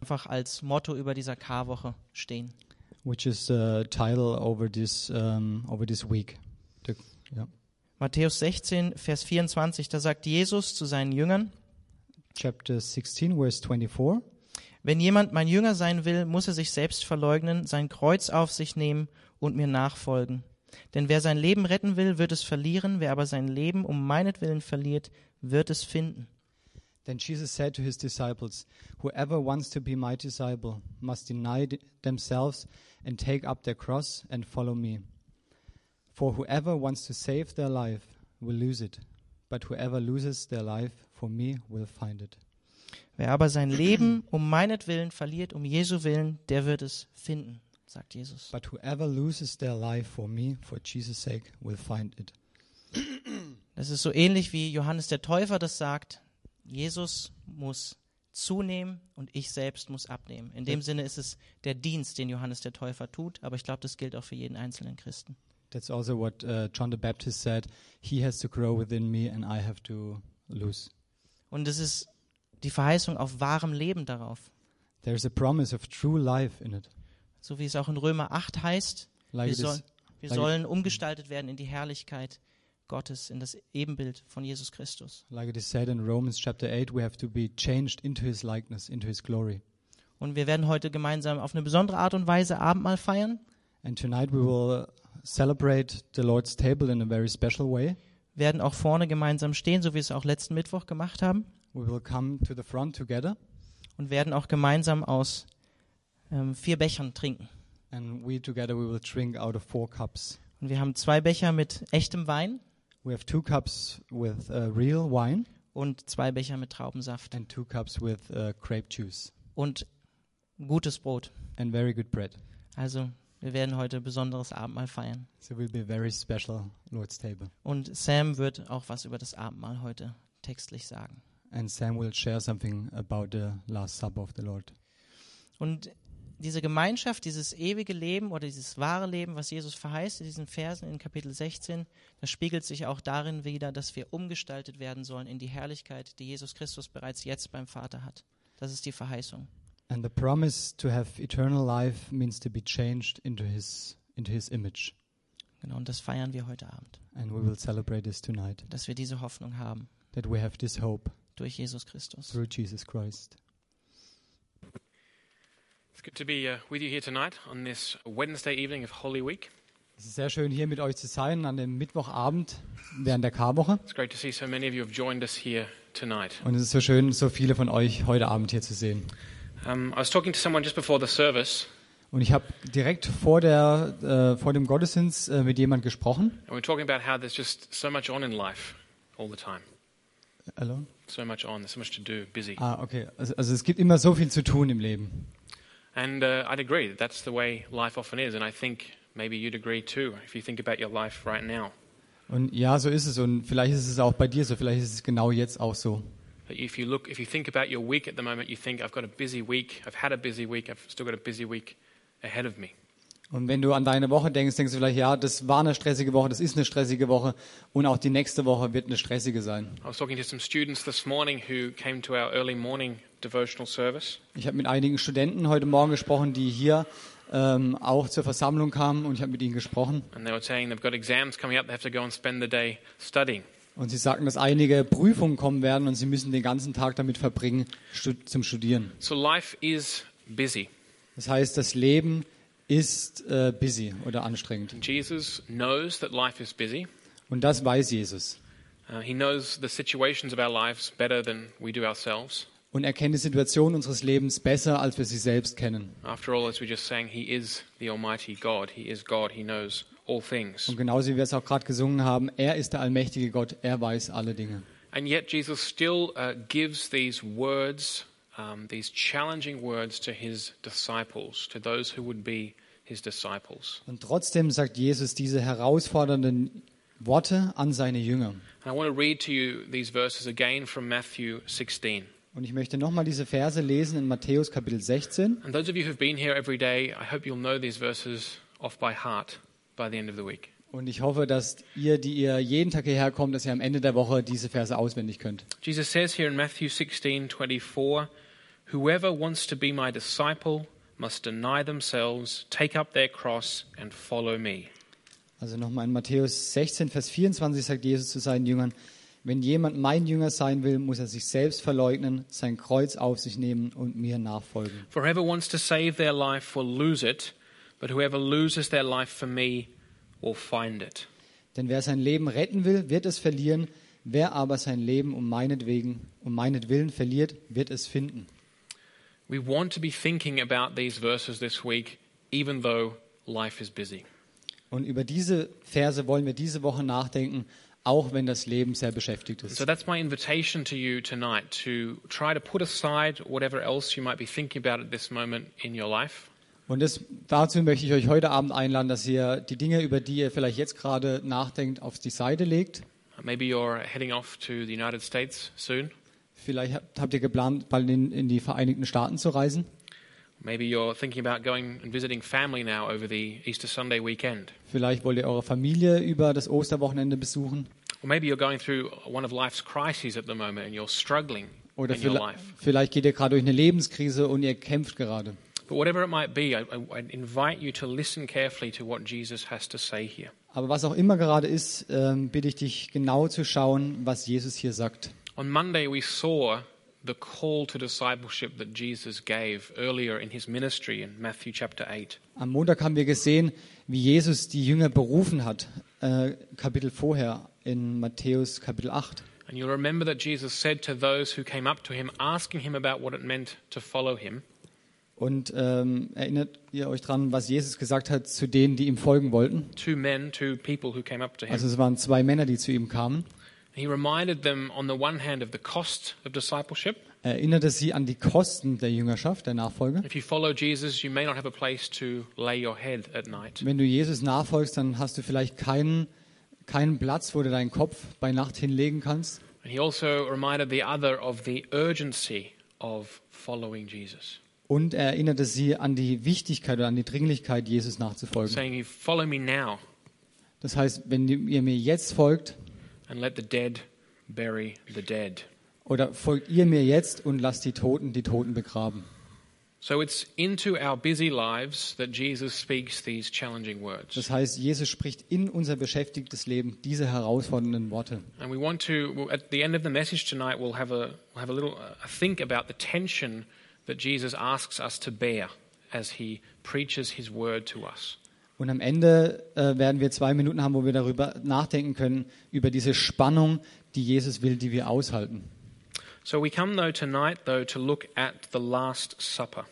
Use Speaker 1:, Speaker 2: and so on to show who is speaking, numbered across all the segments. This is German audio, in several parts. Speaker 1: einfach als Motto über dieser K-Woche stehen.
Speaker 2: which is the title over this um, over this week. The, yeah.
Speaker 1: Matthäus 16, Vers 24, da sagt Jesus zu seinen Jüngern,
Speaker 2: Chapter 16, verse 24.
Speaker 1: Wenn jemand mein Jünger sein will, muss er sich selbst verleugnen, sein Kreuz auf sich nehmen und mir nachfolgen. Denn wer sein Leben retten will, wird es verlieren, wer aber sein Leben um meinetwillen verliert, wird es finden.
Speaker 2: Then Jesus said to his disciples, Whoever wants to be my disciple must deny th- themselves and take up their cross and follow me. For whoever wants to save their life will lose it, but whoever loses their life for me will find it.
Speaker 1: Wer aber sein Leben um meinetwillen verliert, um Jesu Willen, der wird es finden, sagt Jesus.
Speaker 2: But whoever loses their life for me, for Jesus' sake, will find it.
Speaker 1: Das ist so ähnlich wie Johannes der Täufer das sagt. Jesus muss zunehmen und ich selbst muss abnehmen. In dem Sinne ist es der Dienst, den Johannes der Täufer tut, aber ich glaube, das gilt auch für jeden einzelnen Christen.
Speaker 2: That's also what uh, John the Baptist said. He has to grow within me, and I have to lose.
Speaker 1: Und es ist die Verheißung auf wahrem Leben darauf.
Speaker 2: There's a promise of true life in it.
Speaker 1: So wie es auch in Römer 8 heißt,
Speaker 2: Like
Speaker 1: wir,
Speaker 2: it is,
Speaker 1: soll, wir
Speaker 2: like-
Speaker 1: sollen umgestaltet werden in die Herrlichkeit Gottes, in das Ebenbild von Jesus Christus.
Speaker 2: like it is said in Romans chapter 8, we have to be changed into his likeness, into his glory.
Speaker 1: Und wir werden heute gemeinsam auf eine besondere Art und Weise Abendmahl feiern.
Speaker 2: And tonight we will uh, celebrate the Lord's table in a very special way.
Speaker 1: werden auch vorne gemeinsam stehen, so wie wir es auch letzten Mittwoch gemacht haben,
Speaker 2: We will come to the front together,
Speaker 1: und werden auch gemeinsam aus ähm, vier Bechern trinken.
Speaker 2: and we together we will drink out of four cups.
Speaker 1: Und wir haben zwei Becher mit echtem Wein
Speaker 2: We have two cups with uh, real wine
Speaker 1: und zwei Becher mit Traubensaft
Speaker 2: and two cups with uh, grape juice
Speaker 1: und gutes Brot.
Speaker 2: and very good bread.
Speaker 1: Also wir werden heute besonderes Abendmahl feiern.
Speaker 2: So it will be a very special Lord's table.
Speaker 1: Und Sam wird auch was über das Abendmahl heute textlich sagen.
Speaker 2: And Sam will share something about the Last Supper of the Lord.
Speaker 1: Und diese Gemeinschaft, dieses ewige Leben oder dieses wahre Leben, was Jesus verheißt in diesen Versen in Kapitel 16, das spiegelt sich auch darin wider, dass wir umgestaltet werden sollen in die Herrlichkeit, die Jesus Christus bereits jetzt beim Vater hat. Das ist die Verheißung.
Speaker 2: And the promise to have eternal life means to be changed into his into his image.
Speaker 1: Genau, und das feiern wir heute Abend,
Speaker 2: And we will celebrate this tonight
Speaker 1: dass wir diese Hoffnung haben
Speaker 2: that we have this hope
Speaker 1: durch Jesus Christus.
Speaker 2: through Jesus Christ.
Speaker 3: It's good to be uh, with you here tonight on this Wednesday evening of Holy Week.
Speaker 2: Es ist sehr schön hier mit euch zu sein an dem Mittwochabend während der Karwoche
Speaker 3: It's great to see so many of you have joined us here tonight.
Speaker 2: und es ist so schön so viele von euch heute Abend hier zu sehen.
Speaker 3: Um, I was talking to someone just before the service,
Speaker 2: Und ich habe direkt vor der äh, vor dem Gottesdienst äh, mit jemand gesprochen.
Speaker 3: and we were talking about how there's just so much on in life all the time.
Speaker 2: Alone?
Speaker 3: So much on, there's so much to do, busy.
Speaker 2: Ah, okay. Also, also es gibt immer so viel zu tun im Leben.
Speaker 3: And uh, I'd agree that that's the way life often is, and I think maybe you'd agree too if you think about your life right now.
Speaker 2: Und ja, so ist es. Und vielleicht ist es auch bei dir so. Vielleicht ist es genau jetzt auch so.
Speaker 3: That if you look, if you think about your week at the moment, you think, I've got a busy week, I've had a busy week, I've still got a busy week ahead of me.
Speaker 2: Und wenn du an deine Woche denkst, denkst du vielleicht, ja, das war eine stressige Woche, das ist eine stressige Woche und auch die nächste Woche wird eine stressige sein.
Speaker 3: I was talking to some students this morning who came to our early morning devotional service,
Speaker 2: Ich habe mit einigen Studenten heute Morgen gesprochen, die hier ähm, auch zur Versammlung kamen und ich habe mit ihnen gesprochen.
Speaker 3: and they were saying they've got exams coming up, they have to go and spend the day studying.
Speaker 2: Und sie sagten, dass einige Prüfungen kommen werden und sie müssen den ganzen Tag damit verbringen, stu- zum Studieren.
Speaker 3: So life is busy.
Speaker 2: Das heißt, das Leben ist äh, busy oder anstrengend.
Speaker 3: Jesus knows that life is busy.
Speaker 2: Und das weiß Jesus.
Speaker 3: Uh, he knows the situations of our lives better than we do ourselves.
Speaker 2: Und er kennt die Situation unseres Lebens besser, als wir sie selbst kennen.
Speaker 3: After all, as we just sang, He is the Almighty God. He is God. He knows all things.
Speaker 2: Und genauso wie wir es auch gerade gesungen haben, er ist der allmächtige Gott, er weiß alle Dinge.
Speaker 3: And yet, Jesus still uh, gives these words, um, these challenging words to his disciples, to those who would be his disciples.
Speaker 2: Und trotzdem sagt Jesus diese herausfordernden Worte an seine Jünger.
Speaker 3: And I want to read to you these verses again from Matthew 16.
Speaker 2: Und ich möchte nochmal diese Verse lesen in Matthäus Kapitel 16.
Speaker 3: And those of you who've been here every day, I hope you'll know these verses off by heart by the end of the week.
Speaker 2: Und ich hoffe, dass ihr, die ihr jeden Tag hierher kommt, dass ihr am Ende der Woche diese Verse auswendig könnt.
Speaker 3: Jesus says here in Matthew 16 24, Whoever wants to be my disciple must deny themselves, take up their cross, and follow me.
Speaker 2: Also nochmal in Matthäus 16, Vers 24 sagt Jesus zu seinen Jüngern, wenn jemand mein Jünger sein will, muss er sich selbst verleugnen, sein Kreuz auf sich nehmen und mir nachfolgen.
Speaker 3: For whoever wants to save their life will lose it, but whoever loses their life for me will find it.
Speaker 2: Denn wer sein Leben retten will, wird es verlieren. Wer aber sein Leben um meinetwegen, um meinetwillen verliert, wird es finden.
Speaker 3: We want to be thinking about these verses this week, even though life is busy.
Speaker 2: Und über diese Verse wollen wir diese Woche nachdenken, auch wenn das Leben sehr beschäftigt ist.
Speaker 3: So that's my invitation to you tonight to try to put aside whatever else you might be thinking about at this moment in your life
Speaker 2: Und das, dazu möchte ich euch heute Abend einladen, dass ihr die Dinge, über die ihr vielleicht jetzt gerade nachdenkt, auf die Seite legt.
Speaker 3: Maybe you're heading off to the United States soon.
Speaker 2: Vielleicht habt- habt ihr geplant, bald in, in die Vereinigten Staaten zu reisen.
Speaker 3: Maybe you're thinking about going and visiting family now over the Easter Sunday weekend.
Speaker 2: Vielleicht wollt ihr eure Familie über das Osterwochenende besuchen.
Speaker 3: Or maybe you're going through one of life's crises at the moment and you're struggling
Speaker 2: Oder
Speaker 3: in your
Speaker 2: vielle-
Speaker 3: life.
Speaker 2: vielleicht geht ihr gerade durch eine Lebenskrise und ihr kämpft gerade.
Speaker 3: But whatever it might be, I, I, I invite you to listen carefully to what Jesus has to say here.
Speaker 2: Aber was auch immer gerade ist, ähm, bitte ich dich genau zu schauen, was Jesus hier sagt.
Speaker 3: On Monday, we saw the call to discipleship that Jesus gave earlier in his ministry in Matthew chapter 8.
Speaker 2: Am Montag haben wir gesehen, wie Jesus die Jünger berufen hat, äh, Kapitel vorher in Matthäus Kapitel 8.
Speaker 3: And you'll remember that Jesus said to those who came up to him, asking him about what it meant to follow him,
Speaker 2: Und ähm, erinnert ihr euch dran, was Jesus gesagt hat zu denen, die ihm folgen wollten?
Speaker 3: two men, two people who came up to him.
Speaker 2: Also es waren zwei Männer, die zu ihm kamen.
Speaker 3: He reminded them, on the one hand, of the cost of discipleship.
Speaker 2: Er Erinnerte sie an die Kosten der Jüngerschaft, der Nachfolge.
Speaker 3: If you follow Jesus, you may not have a place to lay your head at night.
Speaker 2: Wenn du Jesus nachfolgst, dann hast du vielleicht keinen, keinen Platz, wo du deinen Kopf bei Nacht hinlegen kannst.
Speaker 3: And he also reminded the other of the urgency of following Jesus,
Speaker 2: Und er erinnerte sie an die Wichtigkeit oder an die Dringlichkeit, Jesus nachzufolgen.
Speaker 3: saying, You follow me now
Speaker 2: Das heißt, wenn ihr mir jetzt folgt
Speaker 3: and let the dead bury the dead.
Speaker 2: oder folgt ihr mir jetzt und lasst die Toten die Toten begraben.
Speaker 3: So it's into our busy lives that Jesus speaks these challenging words.
Speaker 2: Das heißt, Jesus spricht in unser beschäftigtes Leben diese herausfordernden Worte.
Speaker 3: And we want to, well, at the end of the message tonight, we'll have a, we'll have a little uh, a think about the tension that Jesus asks us to bear as he preaches his word to us.
Speaker 2: Und am Ende äh, werden wir zwei Minuten haben, wo wir darüber nachdenken können, über diese Spannung, die Jesus will, die wir aushalten.
Speaker 3: So we come, though, tonight, though, to look at the Last Supper.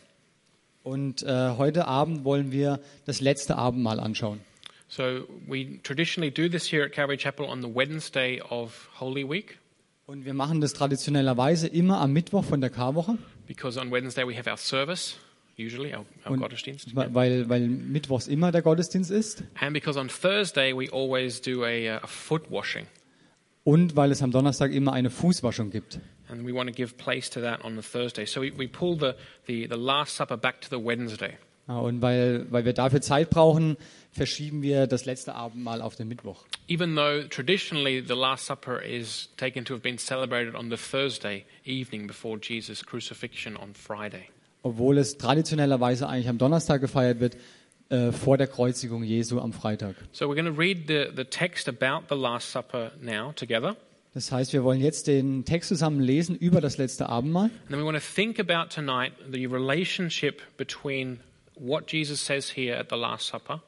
Speaker 2: Und äh, heute Abend wollen wir das letzte Abendmahl anschauen.
Speaker 3: So we traditionally do this here at Calvary Chapel on the Wednesday of Holy Week,
Speaker 2: Und wir machen das traditionellerweise immer am Mittwoch von der Karwoche,
Speaker 3: because on Wednesday we have our service, usually our, our
Speaker 2: Und-
Speaker 3: Gottesdienst.
Speaker 2: weil, weil Mittwochs immer der Gottesdienst ist
Speaker 3: And because on Thursday we always do a, uh, a foot washing.
Speaker 2: und weil es am Donnerstag immer eine Fußwaschung gibt.
Speaker 3: And we want to give place to that on the Thursday. So we, we pull the, the, the Last Supper back to the Wednesday.
Speaker 2: Ja, Und weil, weil wir dafür Zeit brauchen, verschieben wir das letzte Abendmahl auf den Mittwoch.
Speaker 3: Even though traditionally the Last Supper is taken to have been celebrated on the Thursday evening before Jesus' crucifixion on Friday.
Speaker 2: Obwohl es traditionellerweise eigentlich am Donnerstag gefeiert wird, äh, vor der Kreuzigung Jesu am Freitag.
Speaker 3: So we're going to read the, the text about the Last Supper now together.
Speaker 2: Das heißt, wir wollen jetzt den Text zusammen lesen über das letzte Abendmahl.
Speaker 3: And then we want to think about tonight the relationship between what Jesus says here at the Last Supper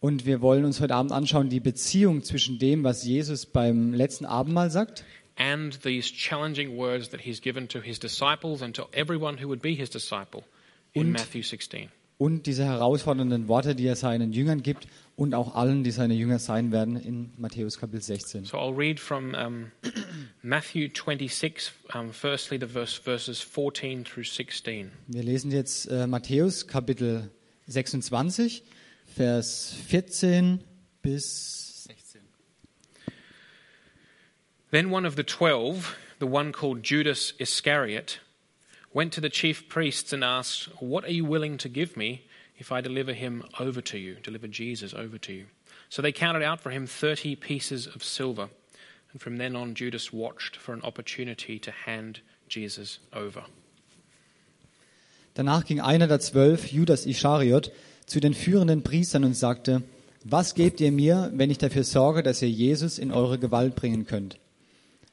Speaker 2: Und wir wollen uns heute Abend anschauen, die Beziehung zwischen dem, was Jesus beim letzten Abendmahl sagt
Speaker 3: and these challenging words that he's given to his disciples and to everyone who would be his disciple in
Speaker 2: Und-
Speaker 3: Matthew 16.
Speaker 2: und diese herausfordernden Worte, die er seinen Jüngern gibt und auch allen, die seine Jünger sein werden in Matthäus Kapitel 16.
Speaker 3: So I'll read from um, Matthew 26, um, firstly the verse, verses 14 through 16.
Speaker 2: Wir lesen jetzt äh, Matthäus Kapitel 26, Vers 14 bis
Speaker 3: Then one of the twelve, the one called Judas Iscariot, went to the chief priests and asked, What are you willing to give me if I deliver him over to you, deliver Jesus over to you? So they counted out for him 30 pieces of silver. And from then on, Judas watched for an opportunity to hand Jesus over.
Speaker 2: Danach ging einer der zwölf, Judas Ischariot, zu den führenden Priestern und sagte, was gebt ihr mir, wenn ich dafür sorge, dass ihr Jesus in eure Gewalt bringen könnt?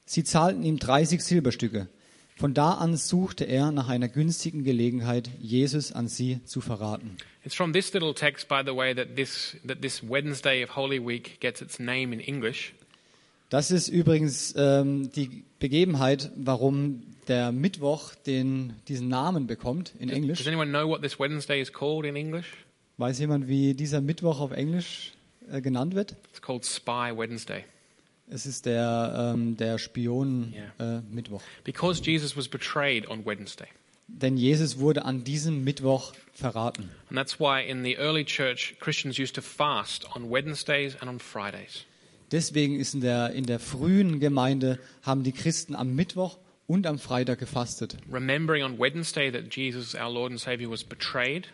Speaker 2: Sie zahlten ihm 30 Silberstücke. Von da an suchte er nach einer günstigen Gelegenheit, Jesus an sie zu verraten.
Speaker 3: It's from this little text, by the way, that this, that this Wednesday of Holy Week gets its name in English.
Speaker 2: Das ist übrigens ähm, die Begebenheit, warum der Mittwoch den, diesen Namen bekommt in
Speaker 3: Does
Speaker 2: Englisch.
Speaker 3: anyone know what this Wednesday is called in English?
Speaker 2: Weiß jemand, wie dieser Mittwoch auf Englisch äh, genannt wird?
Speaker 3: It's called Spy Wednesday.
Speaker 2: Es ist der, ähm, der äh, Spion-Mittwoch.
Speaker 3: Because Jesus was betrayed on Wednesday.
Speaker 2: Denn Jesus wurde an diesem Mittwoch verraten.
Speaker 3: And that's why in the early church, Christians used to fast on Wednesdays and on Fridays.
Speaker 2: Deswegen ist in der, in der frühen Gemeinde haben die Christen am Mittwoch und am Freitag gefastet.
Speaker 3: Remembering on Wednesday that Jesus, our Lord and Savior, was betrayed,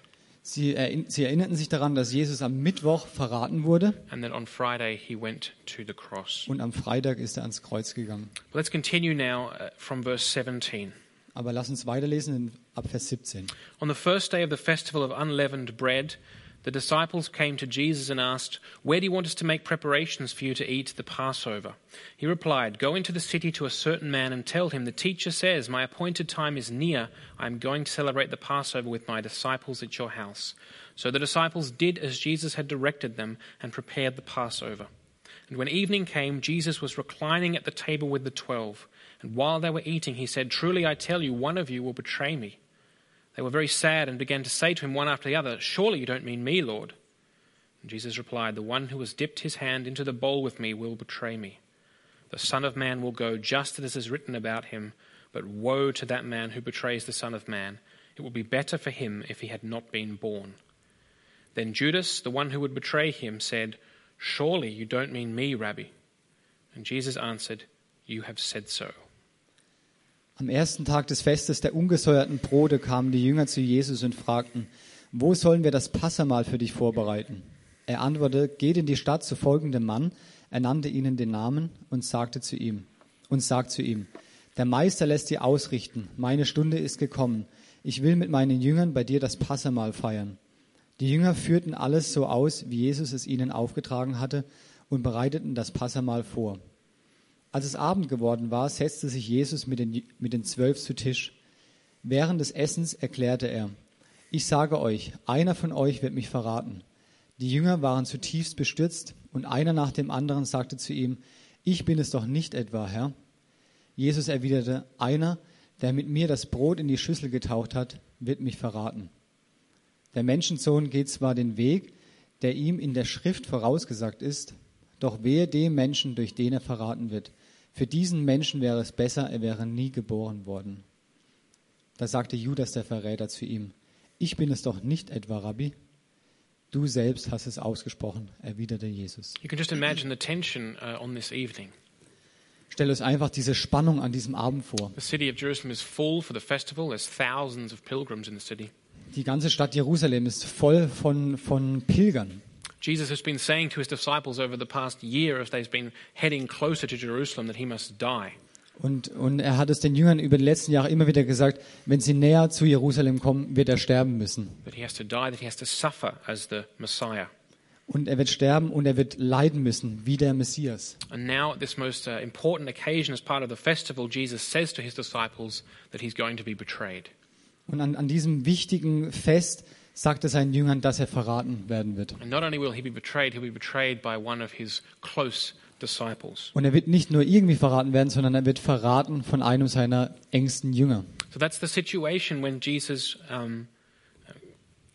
Speaker 2: Sie, erin sie erinnerten sich daran, dass Jesus am Mittwoch verraten wurde
Speaker 3: and that on Friday he went to the cross.
Speaker 2: und am Freitag ist er ans Kreuz gegangen.
Speaker 3: Let's continue now uh, from verse 17.
Speaker 2: Aber lass uns weiterlesen in, ab Vers 17.
Speaker 3: On the first day of the festival of unleavened bread, the disciples came to Jesus and asked, Where do you want us to make preparations for you to eat the Passover? He replied, Go into the city to a certain man and tell him, The teacher says, My appointed time is near. I am going to celebrate the Passover with my disciples at your house. So the disciples did as Jesus had directed them and prepared the Passover. And when evening came, Jesus was reclining at the table with the twelve. And while they were eating, he said, Truly I tell you, one of you will betray me. They were very sad and began to say to him one after the other, Surely you don't mean me, Lord. And Jesus replied, The one who has dipped his hand into the bowl with me will betray me. The Son of Man will go just as is written about him, but woe to that man who betrays the Son of Man. It would be better for him if he had not been born. Then Judas, the one who would betray him, said, Surely you don't mean me, Rabbi. And Jesus answered, You have said so.
Speaker 2: Am ersten Tag des Festes der ungesäuerten Brote kamen die Jünger zu Jesus und fragten, wo sollen wir das Passamahl für dich vorbereiten? Er antwortete, geht in die Stadt zu folgendem Mann, er nannte ihnen den Namen und sagte zu ihm, und sagt zu ihm, der Meister lässt dir ausrichten, meine Stunde ist gekommen, ich will mit meinen Jüngern bei dir das Passamahl feiern. Die Jünger führten alles so aus, wie Jesus es ihnen aufgetragen hatte, und bereiteten das Passamahl vor. Als es Abend geworden war, setzte sich Jesus mit den, mit den Zwölf zu Tisch. Während des Essens erklärte er, ich sage euch, einer von euch wird mich verraten. Die Jünger waren zutiefst bestürzt und einer nach dem anderen sagte zu ihm, ich bin es doch nicht etwa, Herr. Jesus erwiderte, einer, der mit mir das Brot in die Schüssel getaucht hat, wird mich verraten. Der Menschensohn geht zwar den Weg, der ihm in der Schrift vorausgesagt ist, doch wehe dem Menschen, durch den er verraten wird. Für diesen Menschen wäre es besser, er wäre nie geboren worden. Da sagte Judas der Verräter zu ihm, ich bin es doch nicht etwa, Rabbi. Du selbst hast es ausgesprochen, erwiderte Jesus.
Speaker 3: You can just imagine the tension uh, on this evening.
Speaker 2: Stell euch einfach diese Spannung an diesem Abend vor.
Speaker 3: The city of Jerusalem is full for the festival. There's thousands of pilgrims in the city.
Speaker 2: Die ganze Stadt Jerusalem ist voll von, von Pilgern.
Speaker 3: Jesus has been saying to his disciples over the past year, as they've been heading closer to Jerusalem, that he must die.
Speaker 2: Und, und er hat es den Jüngern über die letzten Jahre immer wieder gesagt, wenn sie näher zu Jerusalem kommen, wird er sterben müssen.
Speaker 3: That he has to die, that he has to suffer as the Messiah.
Speaker 2: Und er wird sterben und er wird leiden müssen, wie der Messias.
Speaker 3: And now, at this most uh, important occasion, as part of the festival, Jesus says to his disciples that he's going to be betrayed.
Speaker 2: Und an, an diesem wichtigen Fest sagt er seinen Jüngern, dass er verraten werden wird.
Speaker 3: And not only will he be betrayed, he'll be betrayed by one of his close disciples.
Speaker 2: Und er wird nicht nur irgendwie verraten werden, sondern er wird verraten von einem seiner engsten Jünger.
Speaker 3: So that's the situation when Jesus um,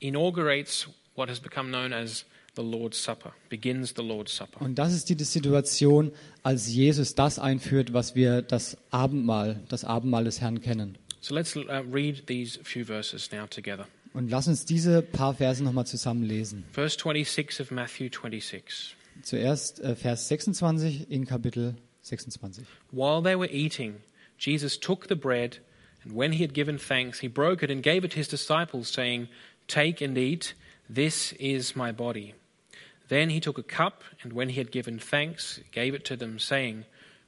Speaker 3: inaugurates what has become known as the Lord's Supper, begins the Lord's Supper.
Speaker 2: Und das ist die Situation, als Jesus das einführt, was wir das Abendmahl, das Abendmahl des Herrn kennen.
Speaker 3: So let's uh, read these few verses now together.
Speaker 2: Und lass uns diese paar Verse nochmal zusammen lesen.
Speaker 3: Verse 26 of Matthew 26.
Speaker 2: Zuerst äh, Vers 26 in Kapitel 26.
Speaker 3: While they were eating, Jesus took the bread, and when he had given thanks, he broke it and gave it to his disciples, saying, Take and eat, this is my body. Then he took a cup, and when he had given thanks, gave it to them, saying,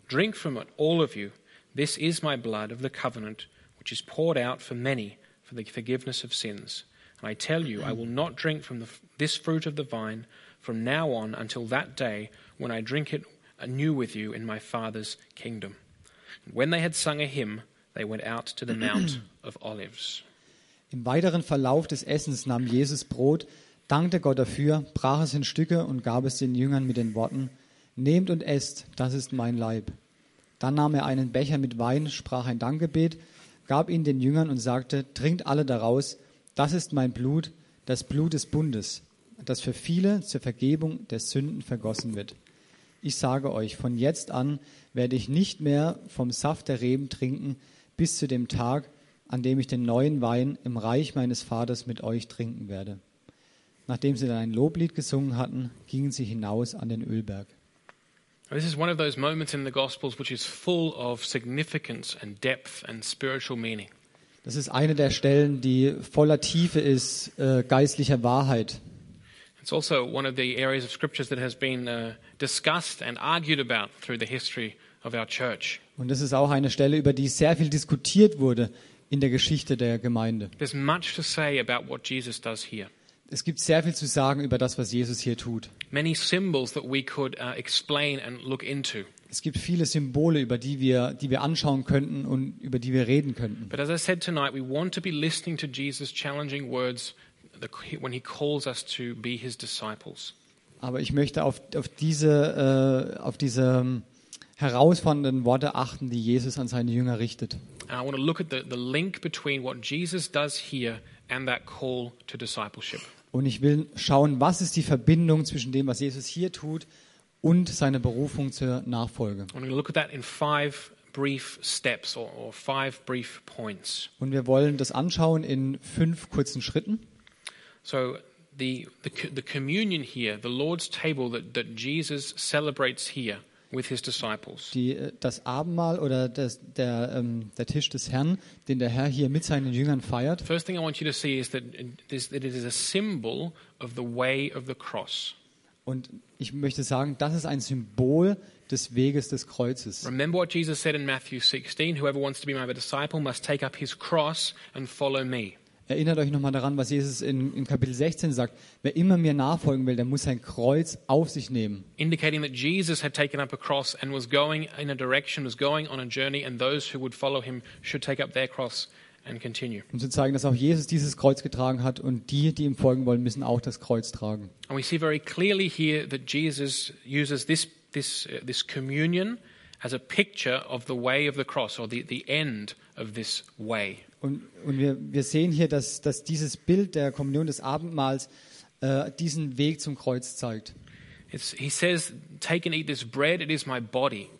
Speaker 3: Drink from it, all of you. This is my blood of the covenant, which is poured out for many for the forgiveness of sins. And I tell you, I will not drink from the, this fruit of the vine from now on until that day when I drink it anew with you in my Father's kingdom. And when they had sung a hymn, they went out to the Mount of Olives.
Speaker 2: Im weiteren Verlauf des Essens nahm Jesus Brot, dankte Gott dafür, brach es in Stücke und gab es den Jüngern mit den Worten, Nehmt und esst, das ist mein Leib. Dann nahm er einen Becher mit Wein, sprach ein Dankgebet, gab ihn den Jüngern und sagte, Trinkt alle daraus, das ist mein Blut, das Blut des Bundes, das für viele zur Vergebung der Sünden vergossen wird. Ich sage euch, von jetzt an werde ich nicht mehr vom Saft der Reben trinken, bis zu dem Tag, an dem ich den neuen Wein im Reich meines Vaters mit euch trinken werde. Nachdem sie dann ein Loblied gesungen hatten, gingen sie hinaus an den Ölberg.
Speaker 3: This is one of those moments in the Gospels which is full of significance and depth and spiritual meaning.
Speaker 2: Das ist eine der Stellen, die voller Tiefe ist, äh, geistlicher Wahrheit.
Speaker 3: It's also one of the areas of scriptures that has been uh, discussed and argued about through the history of our church.
Speaker 2: Und das ist auch eine Stelle, über die sehr viel diskutiert wurde in der Geschichte der Gemeinde.
Speaker 3: There's much to say about what Jesus does here.
Speaker 2: Es gibt sehr viel zu sagen über das, was Jesus hier tut.
Speaker 3: Many symbols that we could uh, explain and look into.
Speaker 2: Es gibt viele Symbole, über die wir, die wir anschauen könnten und über die wir reden könnten.
Speaker 3: But as I said tonight, we want to be listening to Jesus' challenging words the- when he calls us to be his disciples.
Speaker 2: Aber ich möchte auf, auf diese, äh, auf diese ähm, herausfordernden Worte achten, die Jesus an seine Jünger richtet.
Speaker 3: And I want to look at the, the link between what Jesus does here and that call to discipleship.
Speaker 2: Und ich will schauen, was ist die Verbindung zwischen dem, was Jesus hier tut und seiner Berufung zur Nachfolge.
Speaker 3: I'm going to look at that in five brief steps or, or five brief points.
Speaker 2: Und wir wollen das anschauen in fünf kurzen Schritten.
Speaker 3: So the, the, co- the communion here, the Lord's table that, that Jesus celebrates here with his disciples,
Speaker 2: Die, äh, das Abendmahl oder das, der, ähm, der Tisch des Herrn, den der Herr hier mit seinen Jüngern feiert.
Speaker 3: the first thing I want you to see is that it is, that it is a symbol of the way of the cross.
Speaker 2: Und ich möchte sagen, das ist ein Symbol des Weges des Kreuzes.
Speaker 3: Remember what Jesus said in Matthew 16 whoever wants to be my disciple must take up his cross and follow me.
Speaker 2: Erinnert euch nochmal daran, was Jesus in, in Kapitel 16 sagt. Wer immer mir nachfolgen will, der muss sein Kreuz auf sich nehmen.
Speaker 3: indicating that Jesus had taken up a cross and was going in a direction, was going on a journey, and those who would follow him should take up their cross and continue.
Speaker 2: Um zu zeigen, dass auch Jesus dieses Kreuz getragen hat und die, die ihm folgen wollen, müssen auch das Kreuz tragen.
Speaker 3: And we see very clearly here that Jesus uses this, this, uh, this communion as a picture of the way of the cross or the, the end of this way.
Speaker 2: Und, und wir, wir sehen hier, dass, dass dieses Bild der Kommunion des Abendmahls äh, diesen Weg zum Kreuz zeigt.
Speaker 3: It's, he says, Take and eat this bread, it is my body.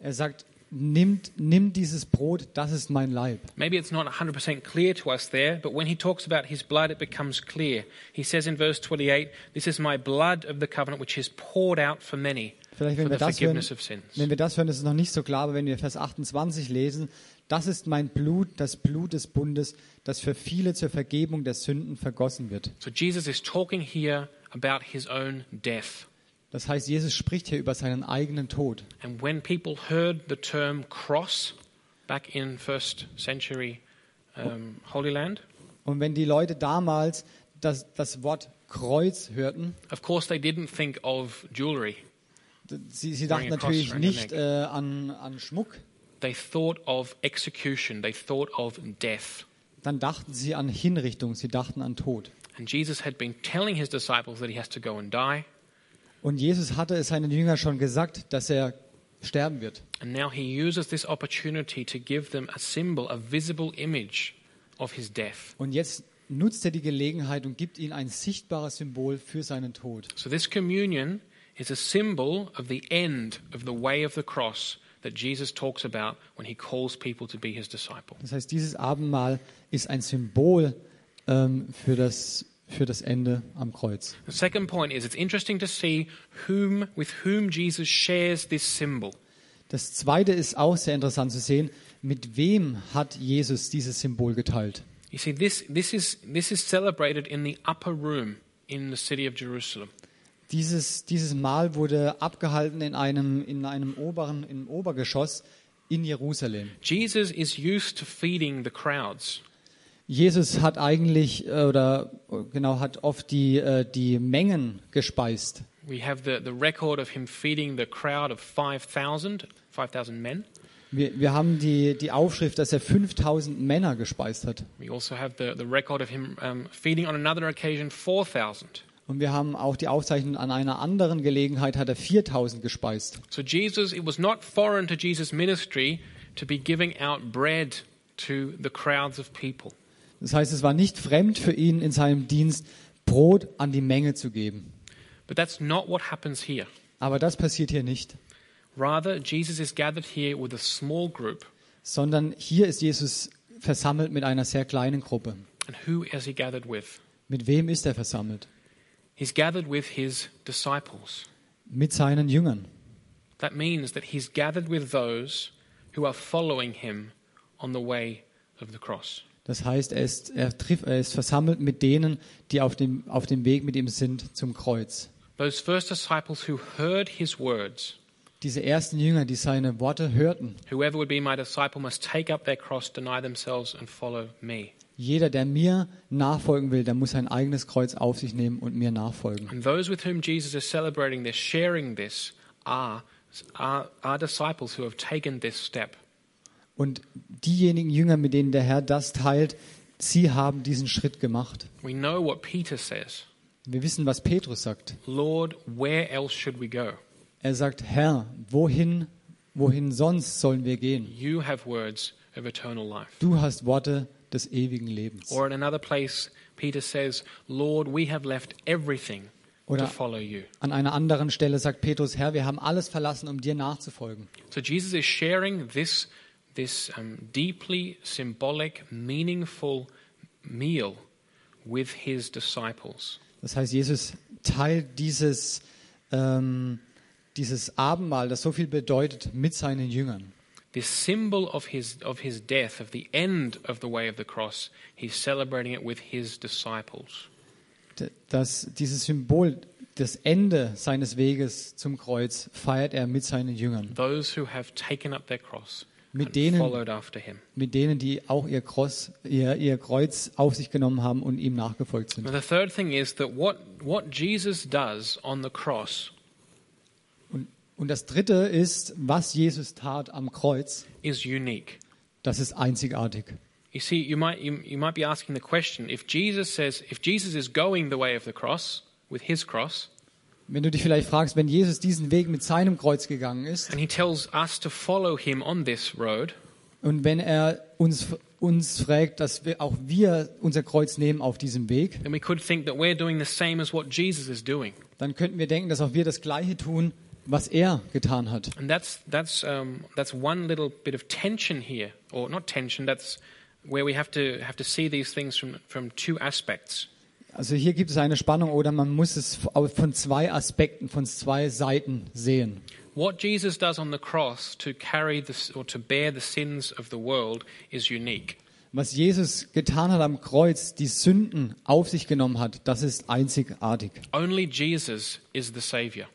Speaker 2: Er sagt, nimmt, nimmt dieses Brot, das ist mein Leib.
Speaker 3: Maybe it's not 100% clear to us there, but when he talks about his blood, it becomes clear. He says in verse 28, This is my blood of the covenant, which is poured out for many
Speaker 2: Vielleicht,
Speaker 3: for
Speaker 2: wenn wir,
Speaker 3: the
Speaker 2: das hören,
Speaker 3: forgiveness of sins.
Speaker 2: wenn wir das hören, ist es noch nicht so klar, aber wenn wir Vers 28 lesen, das ist mein Blut, das Blut des Bundes, das für viele zur Vergebung der Sünden vergossen wird.
Speaker 3: So Jesus is talking here about his own death.
Speaker 2: Das heißt, Jesus spricht hier über seinen eigenen Tod.
Speaker 3: And when people heard the term cross back in first century um, Holy Land,
Speaker 2: Und wenn die Leute damals das, das Wort Kreuz hörten,
Speaker 3: of course they didn't think of jewelry.
Speaker 2: d- sie, sie dachten
Speaker 3: Bring a cross
Speaker 2: natürlich
Speaker 3: around your
Speaker 2: nicht äh, an, an Schmuck,
Speaker 3: They thought of execution, they thought of death.
Speaker 2: dann dachten sie an Hinrichtung, sie dachten an Tod.
Speaker 3: And Jesus had been telling his disciples that he has to go and die.
Speaker 2: Und Jesus hatte es seinen Jüngern schon gesagt, dass er sterben wird.
Speaker 3: And now he uses this opportunity to give them a symbol, a visible image of his death.
Speaker 2: Und jetzt nutzt er die Gelegenheit und gibt ihnen ein sichtbares Symbol für seinen Tod.
Speaker 3: So, this communion is a symbol of the end of the way of the cross that Jesus talks about when he calls people to be his disciple.
Speaker 2: Das heißt, dieses Abendmahl ist ein Symbol ähm, für, das, für das Ende am Kreuz.
Speaker 3: The second point is it's interesting to see whom, with whom Jesus shares this symbol.
Speaker 2: Das Zweite ist auch sehr interessant zu sehen, mit wem hat Jesus dieses Symbol geteilt.
Speaker 3: You see, this, this, is, this is celebrated in the upper room in the city of Jerusalem.
Speaker 2: Dieses, dieses Mahl wurde abgehalten in einem, in einem oberen, im Obergeschoss in Jerusalem.
Speaker 3: Jesus is used to feeding the crowds.
Speaker 2: Jesus hat eigentlich äh, oder äh, genau hat oft die, äh, die Mengen gespeist.
Speaker 3: We have the, the record of him feeding the crowd of 5,000, 5,000 men.
Speaker 2: Wir, wir haben die, die Aufschrift, dass er 5000 Männer gespeist hat.
Speaker 3: We also have the, the record of him um, feeding on another occasion 4,000.
Speaker 2: Und wir haben auch die Aufzeichnung, an einer anderen Gelegenheit hat er 4000 gespeist.
Speaker 3: So Jesus, it was not foreign to Jesus' ministry to be giving out bread to the crowds of people.
Speaker 2: Das heißt, es war nicht fremd für ihn in seinem Dienst, Brot an die Menge zu geben.
Speaker 3: But that's not what happens here.
Speaker 2: Aber das passiert hier nicht,
Speaker 3: Rather, Jesus is gathered here with a small group.
Speaker 2: sondern hier ist Jesus versammelt mit einer sehr kleinen Gruppe.
Speaker 3: And who is he gathered with?
Speaker 2: Mit wem ist er versammelt?
Speaker 3: He's gathered with his disciples.
Speaker 2: Mit seinen Jüngern.
Speaker 3: That means that he's gathered with those who are following him on the way of the cross.
Speaker 2: Das heißt, er ist, er, trifft, er ist versammelt mit denen, die auf dem, auf dem Weg mit ihm sind zum Kreuz.
Speaker 3: Those first disciples who heard his words
Speaker 2: Diese ersten Jünger, die seine Worte hörten,
Speaker 3: Whoever would be my disciple must take up their cross, deny themselves, and follow me.
Speaker 2: jeder, der mir nachfolgen will, der muss sein eigenes Kreuz auf sich nehmen und mir nachfolgen.
Speaker 3: And those with whom Jesus is celebrating this, sharing this, are, are, are disciples who have taken this step.
Speaker 2: Und diejenigen Jünger, mit denen der Herr das teilt, sie haben diesen Schritt gemacht.
Speaker 3: We know what Peter says
Speaker 2: Wir wissen, was Petrus sagt.
Speaker 3: Lord, where else should we go?
Speaker 2: Er sagt, Herr, wohin, wohin sonst sollen wir gehen?
Speaker 3: You have words of eternal life.
Speaker 2: Du hast Worte des ewigen Lebens.
Speaker 3: Or in another place, Peter says, Lord, we have left everything to
Speaker 2: Oder-
Speaker 3: follow you.
Speaker 2: An einer anderen Stelle sagt Petrus, Herr, wir haben alles verlassen, um dir nachzufolgen.
Speaker 3: So Jesus is sharing this, this um, deeply symbolic, meaningful meal with his disciples.
Speaker 2: Das heißt, Jesus teilt dieses, ähm, dieses Abendmahl, das so viel bedeutet, mit seinen Jüngern.
Speaker 3: This symbol of his, of his death, of the end of the way of the cross, he's celebrating it with his disciples.
Speaker 2: D- Das, dieses Symbol, das Ende seines Weges zum Kreuz, feiert er mit seinen Jüngern.
Speaker 3: Those who have taken up their cross
Speaker 2: Mit
Speaker 3: and
Speaker 2: denen-
Speaker 3: followed after him.
Speaker 2: Mit denen, die auch ihr, Kreuz, ihr, ihr Kreuz auf sich genommen haben und ihm nachgefolgt sind.
Speaker 3: Now, the third thing is that what, what Jesus does on the cross
Speaker 2: Und, und das Dritte ist, was Jesus tat am Kreuz,
Speaker 3: is unique.
Speaker 2: das ist einzigartig.
Speaker 3: You see, you might, you, you might be asking the question if Jesus says, if Jesus is going the way of the cross with his cross,
Speaker 2: Wenn du dich vielleicht fragst, wenn Jesus diesen Weg mit seinem Kreuz gegangen ist
Speaker 3: and he tells us to follow him on this road,
Speaker 2: und wenn er uns, uns fragt, dass wir, auch wir unser Kreuz nehmen auf diesem Weg,
Speaker 3: then we could think that we're doing the same as what Jesus is doing.
Speaker 2: dann könnten wir denken, dass auch wir das Gleiche tun, was er getan hat.
Speaker 3: And that's, that's, um, that's one little bit of tension here, or not tension, that's where we have to, have to see these things from, from two aspects.
Speaker 2: Also hier gibt es eine Spannung oder man muss es von zwei Aspekten, von zwei Seiten sehen.
Speaker 3: What Jesus does on the cross to carry this or to bear the sins of the world is unique.
Speaker 2: Was Jesus getan hat am Kreuz, die Sünden auf sich genommen hat, das ist einzigartig.
Speaker 3: Only Jesus is the Savior.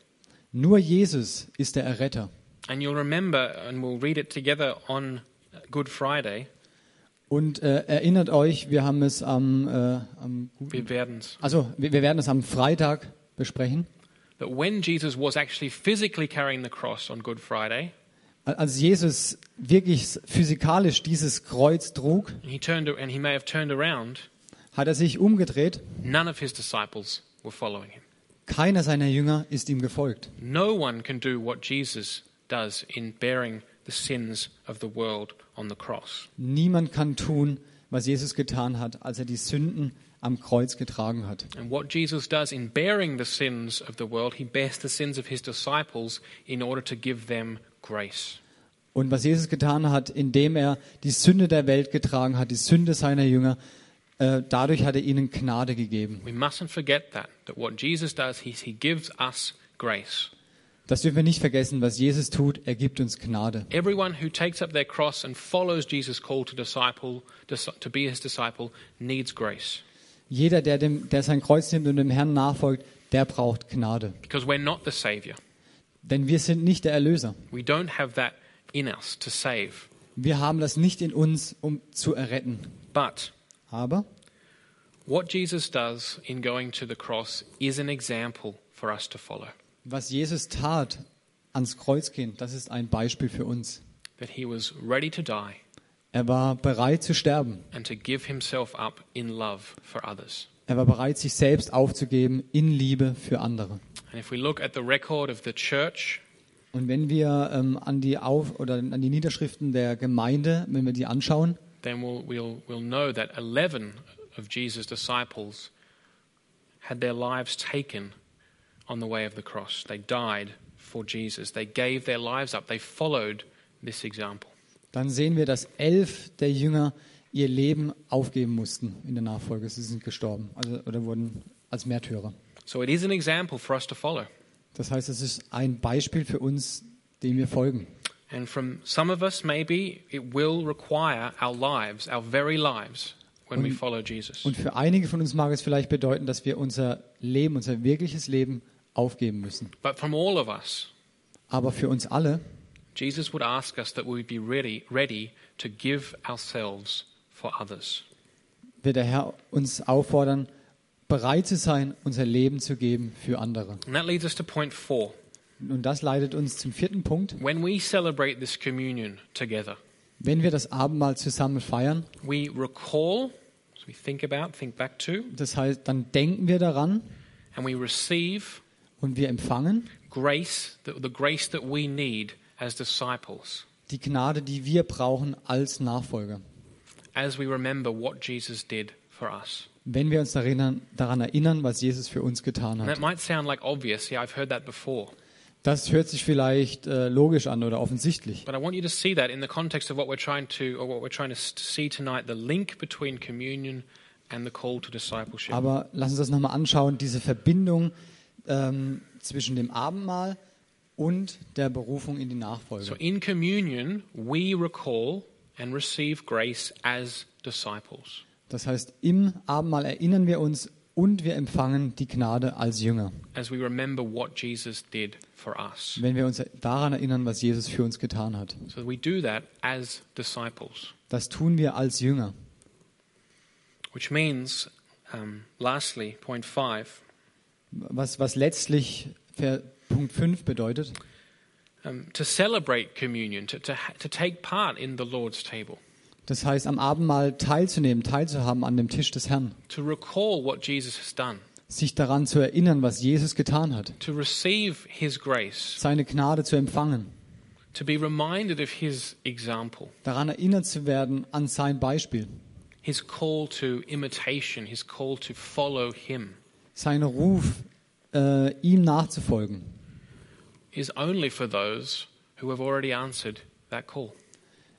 Speaker 2: Nur Jesus ist der Erretter.
Speaker 3: And you'll remember, and we'll read it together on Good Friday,
Speaker 2: Und äh, erinnert euch, wir haben es am, äh, am
Speaker 3: wir werden's,
Speaker 2: also wir, wir werden es am Freitag besprechen.
Speaker 3: that when Jesus was actually physically carrying the cross on Good Friday,
Speaker 2: Als Jesus wirklich physikalisch dieses Kreuz trug,
Speaker 3: and he turned and he may have turned around,
Speaker 2: hat er sich umgedreht.
Speaker 3: none of his disciples were following him.
Speaker 2: Keiner seiner Jünger ist ihm gefolgt.
Speaker 3: No one can do what Jesus does in bearing the sins of the world on the cross.
Speaker 2: Niemand kann tun, was Jesus getan hat, als er die Sünden am Kreuz getragen hat.
Speaker 3: And what Jesus does in bearing the sins of the world, he bears the sins of his disciples in order to give them grace.
Speaker 2: Und was Jesus getan hat, indem er die Sünde der Welt getragen hat, die Sünde seiner Jünger, äh, dadurch hat er ihnen Gnade gegeben.
Speaker 3: We mustn't forget that, that what Jesus does, he, he gives us grace.
Speaker 2: Das dürfen wir nicht vergessen, was Jesus tut, er gibt uns Gnade.
Speaker 3: Everyone who takes up their cross and follows Jesus' call to disciple, dis- to be his disciple, needs grace.
Speaker 2: Jeder, der, dem, der sein Kreuz nimmt und dem Herrn nachfolgt, der braucht Gnade.
Speaker 3: Because we're not the Savior.
Speaker 2: Denn wir sind nicht der Erlöser.
Speaker 3: We don't have that in us to save.
Speaker 2: Wir haben das nicht in uns, um zu erretten.
Speaker 3: But
Speaker 2: Aber
Speaker 3: What Jesus does in going to the cross is an example for us to follow.
Speaker 2: was Jesus tat, ans Kreuz gehen, das ist ein Beispiel für uns.
Speaker 3: That he was ready to die
Speaker 2: Er war bereit zu sterben.
Speaker 3: and to give himself up in love for others.
Speaker 2: Er war bereit, sich selbst aufzugeben in Liebe für andere.
Speaker 3: And if we look at the record of the church,
Speaker 2: Und wenn wir ähm, an die Auf oder an die Niederschriften der Gemeinde, wenn wir die anschauen,
Speaker 3: then we'll, we'll, we'll know that 11 of Jesus' disciples had their lives taken on the way of the cross. They died for Jesus, they gave their lives up, they followed this example.
Speaker 2: dann sehen wir, dass elf der Jünger ihr Leben aufgeben mussten in der Nachfolge. Sie sind gestorben also, oder wurden als Märtyrer.
Speaker 3: So it is an example for us to follow.
Speaker 2: Das heißt, es ist ein Beispiel für uns, dem wir folgen.
Speaker 3: And from some of us, maybe it will require our lives, our very lives, when we
Speaker 2: Und-
Speaker 3: follow Jesus.
Speaker 2: Und für einige von uns mag es vielleicht bedeuten, dass wir unser Leben, unser wirkliches Leben aufgeben müssen.
Speaker 3: But from all of us,
Speaker 2: Aber für uns alle
Speaker 3: Jesus would ask us that we be ready, ready to give ourselves for others.
Speaker 2: wird der Herr uns auffordern, bereit zu sein, unser Leben zu geben für andere.
Speaker 3: And that leads us to point four.
Speaker 2: Und das leitet uns zum vierten Punkt.
Speaker 3: When we celebrate this communion together,
Speaker 2: Wenn wir das Abendmahl zusammen feiern,
Speaker 3: we recall, so we think about, think back to,
Speaker 2: das heißt, dann denken wir daran
Speaker 3: and we receive
Speaker 2: und wir empfangen
Speaker 3: grace, the, the grace that we need as disciples,
Speaker 2: die Gnade, die wir brauchen als Nachfolger.
Speaker 3: as we remember what Jesus did for us.
Speaker 2: Wenn wir uns erinnern, daran erinnern, was Jesus für uns getan
Speaker 3: And that
Speaker 2: hat.
Speaker 3: might sound like obvious, yeah, I've heard that before.
Speaker 2: Das hört sich vielleicht äh, logisch an oder offensichtlich.
Speaker 3: But I want you to see that in the context of what we're trying to, or what we're trying to s- see tonight, the link between communion and the call to discipleship.
Speaker 2: Aber lass uns das nochmal anschauen, diese Verbindung ähm, zwischen dem Abendmahl und der Berufung in die
Speaker 3: So
Speaker 2: Nachfolge.
Speaker 3: in communion, we recall and receive grace as disciples.
Speaker 2: Das heißt, im Abendmahl erinnern wir uns und wir empfangen die Gnade als Jünger,
Speaker 3: as we remember what Jesus did for us.
Speaker 2: wenn wir uns daran erinnern, was Jesus für uns getan hat.
Speaker 3: So we do that as disciples,
Speaker 2: Das tun wir als Jünger.
Speaker 3: which means, um, lastly, point five,
Speaker 2: Was, was letztlich Ver- Punkt 5 bedeutet,
Speaker 3: um, to celebrate communion, to, to, ha- to take part in the Lord's table,
Speaker 2: das heißt, am Abendmahl teilzunehmen, teilzuhaben an dem Tisch des Herrn,
Speaker 3: to recall what Jesus has done,
Speaker 2: sich daran zu erinnern, was Jesus getan hat,
Speaker 3: to receive his grace,
Speaker 2: seine Gnade zu empfangen,
Speaker 3: to be reminded of his example,
Speaker 2: daran erinnert zu werden an sein Beispiel,
Speaker 3: his call to imitation, his call to follow him.
Speaker 2: seinen Ruf, äh, ihm nachzufolgen,
Speaker 3: Is only for those who have already answered that call.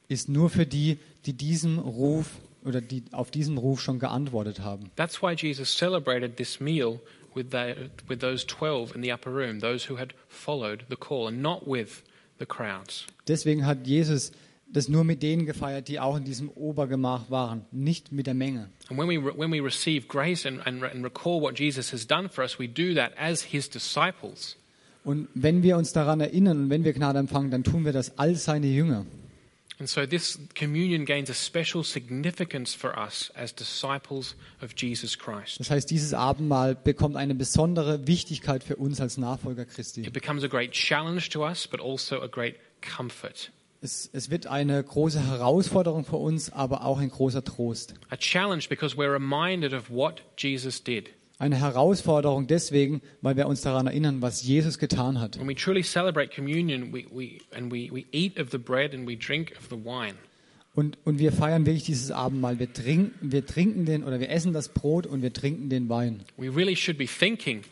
Speaker 2: ist nur für die, die diesem Ruf oder die auf diesen Ruf schon geantwortet haben.
Speaker 3: That's why Jesus celebrated this meal with, the, with those 12 in the upper room, those who had followed the call, and not with the crowds.
Speaker 2: Deswegen hat Jesus das nur mit denen gefeiert, die auch in diesem Obergemach waren, nicht mit der Menge.
Speaker 3: And when we, re- when we receive grace and, and, re- and recall what Jesus has done for us, we do that as his disciples.
Speaker 2: Und wenn wir uns daran erinnern und wenn wir Gnade empfangen, dann tun wir das als seine Jünger.
Speaker 3: And so this communion gains a special significance for us as disciples of Jesus Christ.
Speaker 2: Das heißt, dieses Abendmahl bekommt eine besondere Wichtigkeit für uns als Nachfolger Christi.
Speaker 3: It becomes a great challenge to us, but also a great comfort.
Speaker 2: Es, es wird eine große Herausforderung für uns, aber auch ein großer Trost.
Speaker 3: A challenge because we're reminded of what Jesus did.
Speaker 2: Eine Herausforderung deswegen, weil wir uns daran erinnern, was Jesus getan hat.
Speaker 3: When we truly celebrate communion, we, we, and we, we eat of the bread and we drink of the wine,
Speaker 2: Und, und wir feiern wirklich dieses Abendmahl. Wir trinken, wir trinken den oder wir essen das Brot und wir trinken den Wein.
Speaker 3: we really should be thinking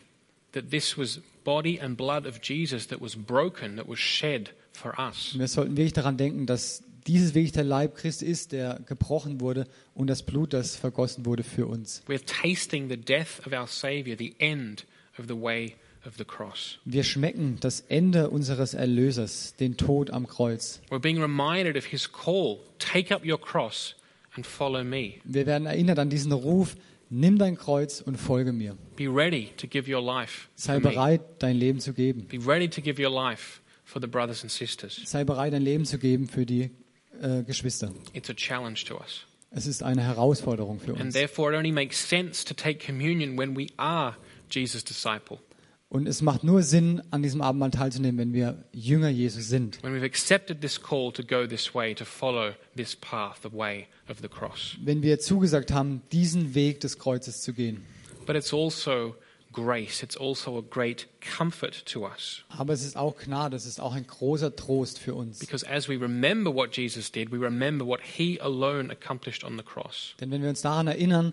Speaker 3: that this was body and blood of Jesus that was broken, that was shed for us.
Speaker 2: Und wir sollten wirklich daran denken, dass dieses wirklich der Leib Christi ist, der gebrochen wurde und das Blut, das vergossen wurde für uns.
Speaker 3: We're tasting the death of our Savior, the end of the way of the cross.
Speaker 2: Wir schmecken das Ende unseres Erlösers, den Tod am Kreuz.
Speaker 3: We're being reminded of his call take up your cross and follow me.
Speaker 2: Wir werden erinnert an diesen Ruf, nimm dein Kreuz und folge mir.
Speaker 3: Be ready to give your life.
Speaker 2: Sei
Speaker 3: for me.
Speaker 2: bereit, dein Leben zu geben.
Speaker 3: Be ready to give your life for the brothers and sisters.
Speaker 2: Sei bereit, dein Leben zu geben für die äh, Geschwister.
Speaker 3: It's a challenge to us.
Speaker 2: Es ist eine Herausforderung für
Speaker 3: And
Speaker 2: uns.
Speaker 3: therefore, it only makes sense to take communion when we are Jesus' disciple,
Speaker 2: Und es macht nur Sinn, an diesem Abendmahl teilzunehmen, wenn wir Jünger Jesu sind.
Speaker 3: when we've accepted this call to go this way, to follow this path, the way of the cross.
Speaker 2: Wenn wir zugesagt haben, diesen Weg des Kreuzes zu gehen.
Speaker 3: But it's also grace, it's also a great comfort to us.
Speaker 2: Aber es ist auch Gnade, es ist auch ein großer Trost für uns.
Speaker 3: Because as we remember what Jesus did, we remember what he alone accomplished on the cross.
Speaker 2: Denn wenn wir uns daran erinnern,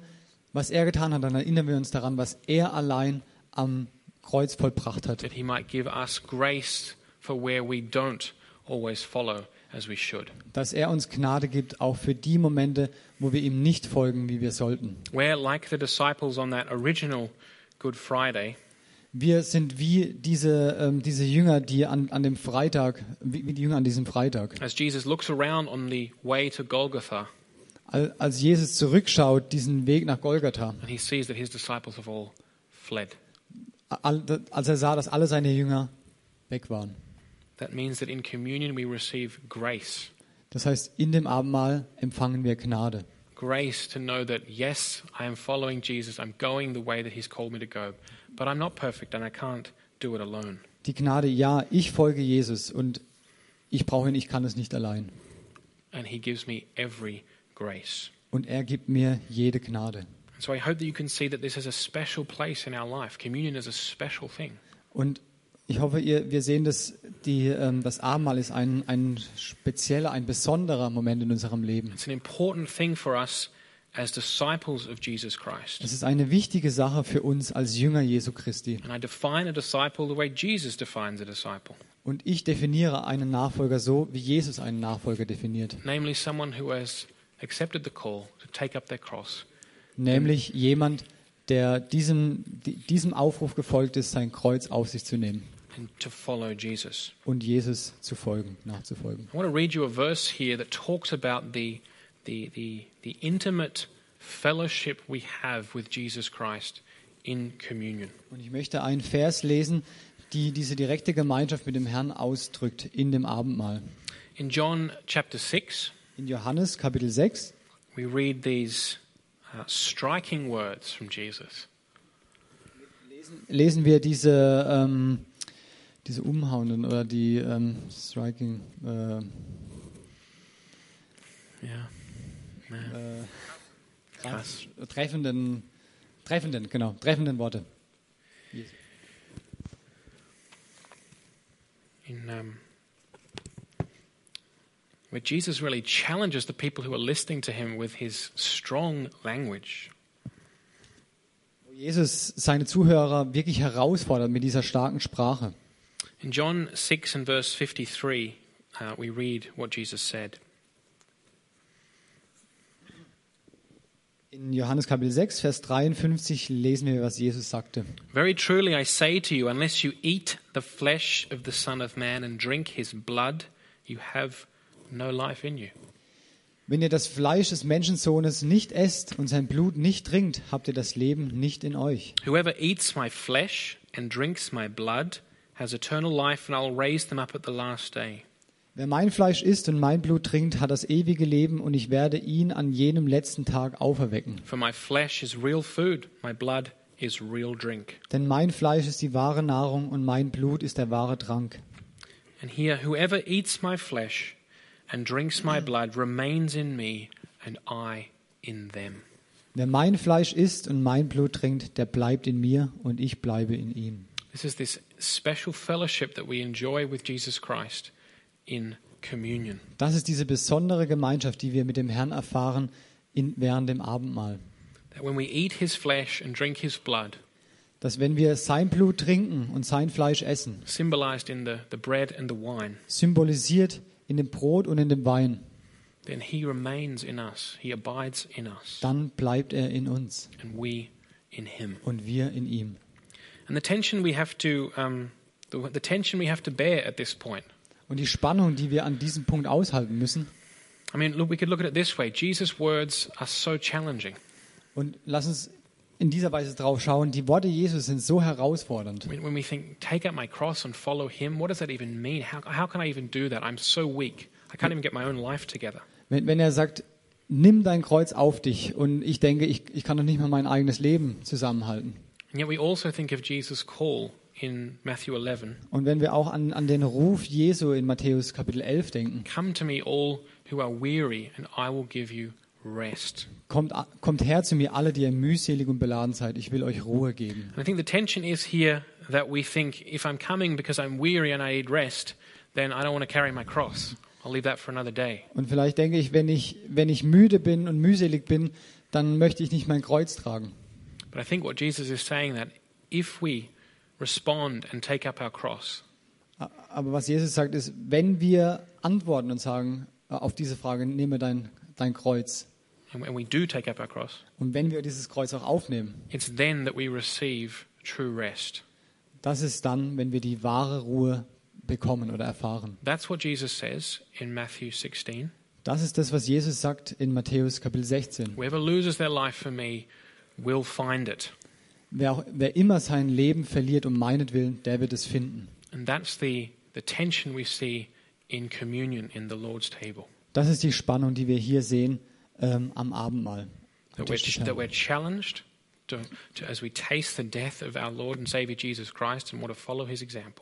Speaker 2: was er getan hat, dann erinnern wir uns daran, was er allein am Kreuz vollbracht hat.
Speaker 3: that he might give us grace for where we don't always follow as we should.
Speaker 2: Dass er uns Gnade gibt, auch für die Momente, wo wir ihm nicht folgen, wie wir sollten.
Speaker 3: We're like the disciples on that original Good Friday,
Speaker 2: Wir sind wie diese, ähm, diese Jünger, die an, an dem Freitag, wie, wie die Jünger an diesem Freitag.
Speaker 3: as Jesus looks around on the way to Golgotha
Speaker 2: Al- Als Jesus zurückschaut, diesen Weg nach Golgatha,
Speaker 3: and he sees that his disciples have all fled.
Speaker 2: al- als er sah, dass alle seine Jünger weg waren.
Speaker 3: That means that in communion we receive grace.
Speaker 2: Das heißt, in dem Abendmahl empfangen wir Gnade.
Speaker 3: Grace to know that, yes, I am following Jesus. I'm going the way that he's called me to go. But I'm not perfect and I can't do it alone.
Speaker 2: Die Gnade, ja, ich folge Jesus und ich brauche ihn, ich kann es nicht allein.
Speaker 3: And he gives me every grace.
Speaker 2: Und er gibt mir jede Gnade.
Speaker 3: And so I hope that you can see that this is a special place in our life. Communion is a special thing.
Speaker 2: Und ich hoffe, ihr, wir sehen, dass die, ähm, das Abendmahl ist ein, ein spezieller, ein besonderer Moment in unserem Leben.
Speaker 3: It's an important thing for us as disciples of Jesus Christ.
Speaker 2: Es ist eine wichtige Sache für uns als Jünger Jesu Christi.
Speaker 3: And I define a disciple the way Jesus defines a disciple
Speaker 2: Und ich definiere einen Nachfolger so, wie Jesus einen Nachfolger definiert.
Speaker 3: namely, someone who has accepted the call to take up their cross
Speaker 2: Nämlich jemand, der diesem, di- diesem Aufruf gefolgt ist, sein Kreuz auf sich zu nehmen
Speaker 3: and to follow Jesus.
Speaker 2: und Jesus zu folgen, nachzufolgen.
Speaker 3: I want to read you a verse here that talks about the, the, the, the intimate fellowship we have with Jesus Christ in communion.
Speaker 2: Und ich möchte einen Vers lesen, die diese direkte Gemeinschaft mit dem Herrn ausdrückt in dem Abendmahl.
Speaker 3: In John chapter 6,
Speaker 2: In Johannes Kapitel 6
Speaker 3: we read these uh, striking words from Jesus.
Speaker 2: lesen wir diese, ähm, diese umhauenden oder die ähm, striking. Äh,
Speaker 3: Yeah.
Speaker 2: äh,
Speaker 3: Krass.
Speaker 2: treffenden, treffenden, genau, treffenden Worte.
Speaker 3: In, um, where Jesus really challenges the people who are listening to him with his strong language.
Speaker 2: Wo Jesus seine Zuhörer wirklich herausfordert mit dieser starken Sprache.
Speaker 3: In John 6 and verse 53, uh, we read what Jesus said.
Speaker 2: In Johannes Kapitel 6, Vers 53 lesen wir, was Jesus sagte.
Speaker 3: Very truly I say to you, unless you eat the flesh of the Son of Man and drink his blood, you have no life in you.
Speaker 2: Wenn ihr das Fleisch des Menschensohnes nicht esst und sein Blut nicht trinkt, habt ihr das Leben nicht in euch.
Speaker 3: Whoever eats my flesh and drinks my blood has eternal life, and I'll raise them up at the last day.
Speaker 2: Wer mein Fleisch isst und mein Blut trinkt, hat das ewige Leben und ich werde ihn an jenem letzten Tag auferwecken.
Speaker 3: For my flesh is real food, my blood is real drink.
Speaker 2: Denn mein Fleisch ist die wahre Nahrung und mein Blut ist der wahre Trank.
Speaker 3: And here, whoever eats my flesh and drinks my blood remains in me, and I in them.
Speaker 2: Wer mein Fleisch isst und mein Blut trinkt, der bleibt in mir und ich bleibe in ihm.
Speaker 3: This is this special fellowship that we enjoy with Jesus Christ in communion.
Speaker 2: Das ist diese besondere Gemeinschaft, die wir mit dem Herrn erfahren in, während dem Abendmahl.
Speaker 3: That when we eat his flesh and drink his blood,
Speaker 2: Dass wenn wir sein Blut trinken und sein Fleisch essen,
Speaker 3: symbolized in the, the bread and the wine,
Speaker 2: symbolisiert in dem Brot und in dem Wein,
Speaker 3: then he remains in us, he abides in us.
Speaker 2: dann bleibt er in uns
Speaker 3: and we in him.
Speaker 2: und wir in ihm.
Speaker 3: And the tension we have to um, the, the tension we have to bear at this point.
Speaker 2: Und die Spannung, die wir an diesem Punkt aushalten müssen,
Speaker 3: I mean, look, we could look at it this way. Jesus' words are so challenging.
Speaker 2: und lass uns in dieser Weise drauf schauen, die Worte Jesus sind so herausfordernd.
Speaker 3: When, when we think, take up my cross and follow him, what does that even mean? How, how can I even do that? I'm so weak. I can't even get my own life together.
Speaker 2: Wenn, wenn er sagt, nimm dein Kreuz auf dich. Und ich denke, ich, ich kann doch nicht mehr mein eigenes Leben zusammenhalten.
Speaker 3: And yet we also think of Jesus' call in Matthew 11
Speaker 2: Und wenn wir auch an, an den Ruf Jesu in Matthäus Kapitel 11 denken,
Speaker 3: Come to me, all who are weary, and I will give you rest.
Speaker 2: kommt, a- kommt her zu mir alle, die ihr mühselig und beladen seid, ich will euch Ruhe geben.
Speaker 3: And I think the tension is here that we think if I'm coming because I'm weary and I need rest, then I don't want to carry my cross. I'll leave that for another day.
Speaker 2: Und vielleicht denke ich, wenn ich, wenn ich müde bin und mühselig bin, dann möchte ich nicht mein Kreuz tragen.
Speaker 3: But I think what Jesus is saying that if we respond and take up our cross,
Speaker 2: A- Aber was Jesus sagt ist, wenn wir antworten und sagen äh, auf diese Frage, nehme dein, dein Kreuz.
Speaker 3: and and we do take up our cross,
Speaker 2: Und wenn wir dieses Kreuz auch aufnehmen,
Speaker 3: it's then that we receive true rest.
Speaker 2: das ist dann, wenn wir die wahre Ruhe bekommen oder erfahren.
Speaker 3: That's what Jesus says in Matthew 16.
Speaker 2: Das ist das, was Jesus sagt in Matthäus Kapitel 16.
Speaker 3: Whoever loses their life for me will find it.
Speaker 2: Wer, auch, wer immer sein Leben verliert um meinetwillen, der wird es finden.
Speaker 3: And that's the, the tension we see in communion in the Lord's table.
Speaker 2: Das ist die Spannung, die wir hier sehen ähm, am Abendmahl. am
Speaker 3: That we're,
Speaker 2: Tisch des
Speaker 3: that
Speaker 2: Herrn.
Speaker 3: we're challenged to, to, as we taste the death of our Lord and Savior Jesus Christ and want to follow his example.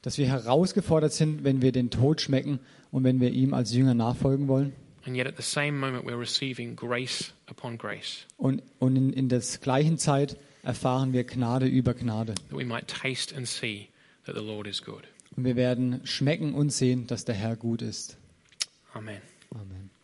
Speaker 2: Dass wir herausgefordert sind, wenn wir den Tod schmecken und wenn wir ihm als Jünger nachfolgen wollen.
Speaker 3: And yet at the same moment, we're receiving grace upon grace
Speaker 2: Und, und in, in der gleichen Zeit erfahren wir Gnade über Gnade.
Speaker 3: that we might taste and see that the Lord is good.
Speaker 2: Und wir werden schmecken und sehen, dass der Herr gut ist.
Speaker 3: Amen.
Speaker 2: Amen.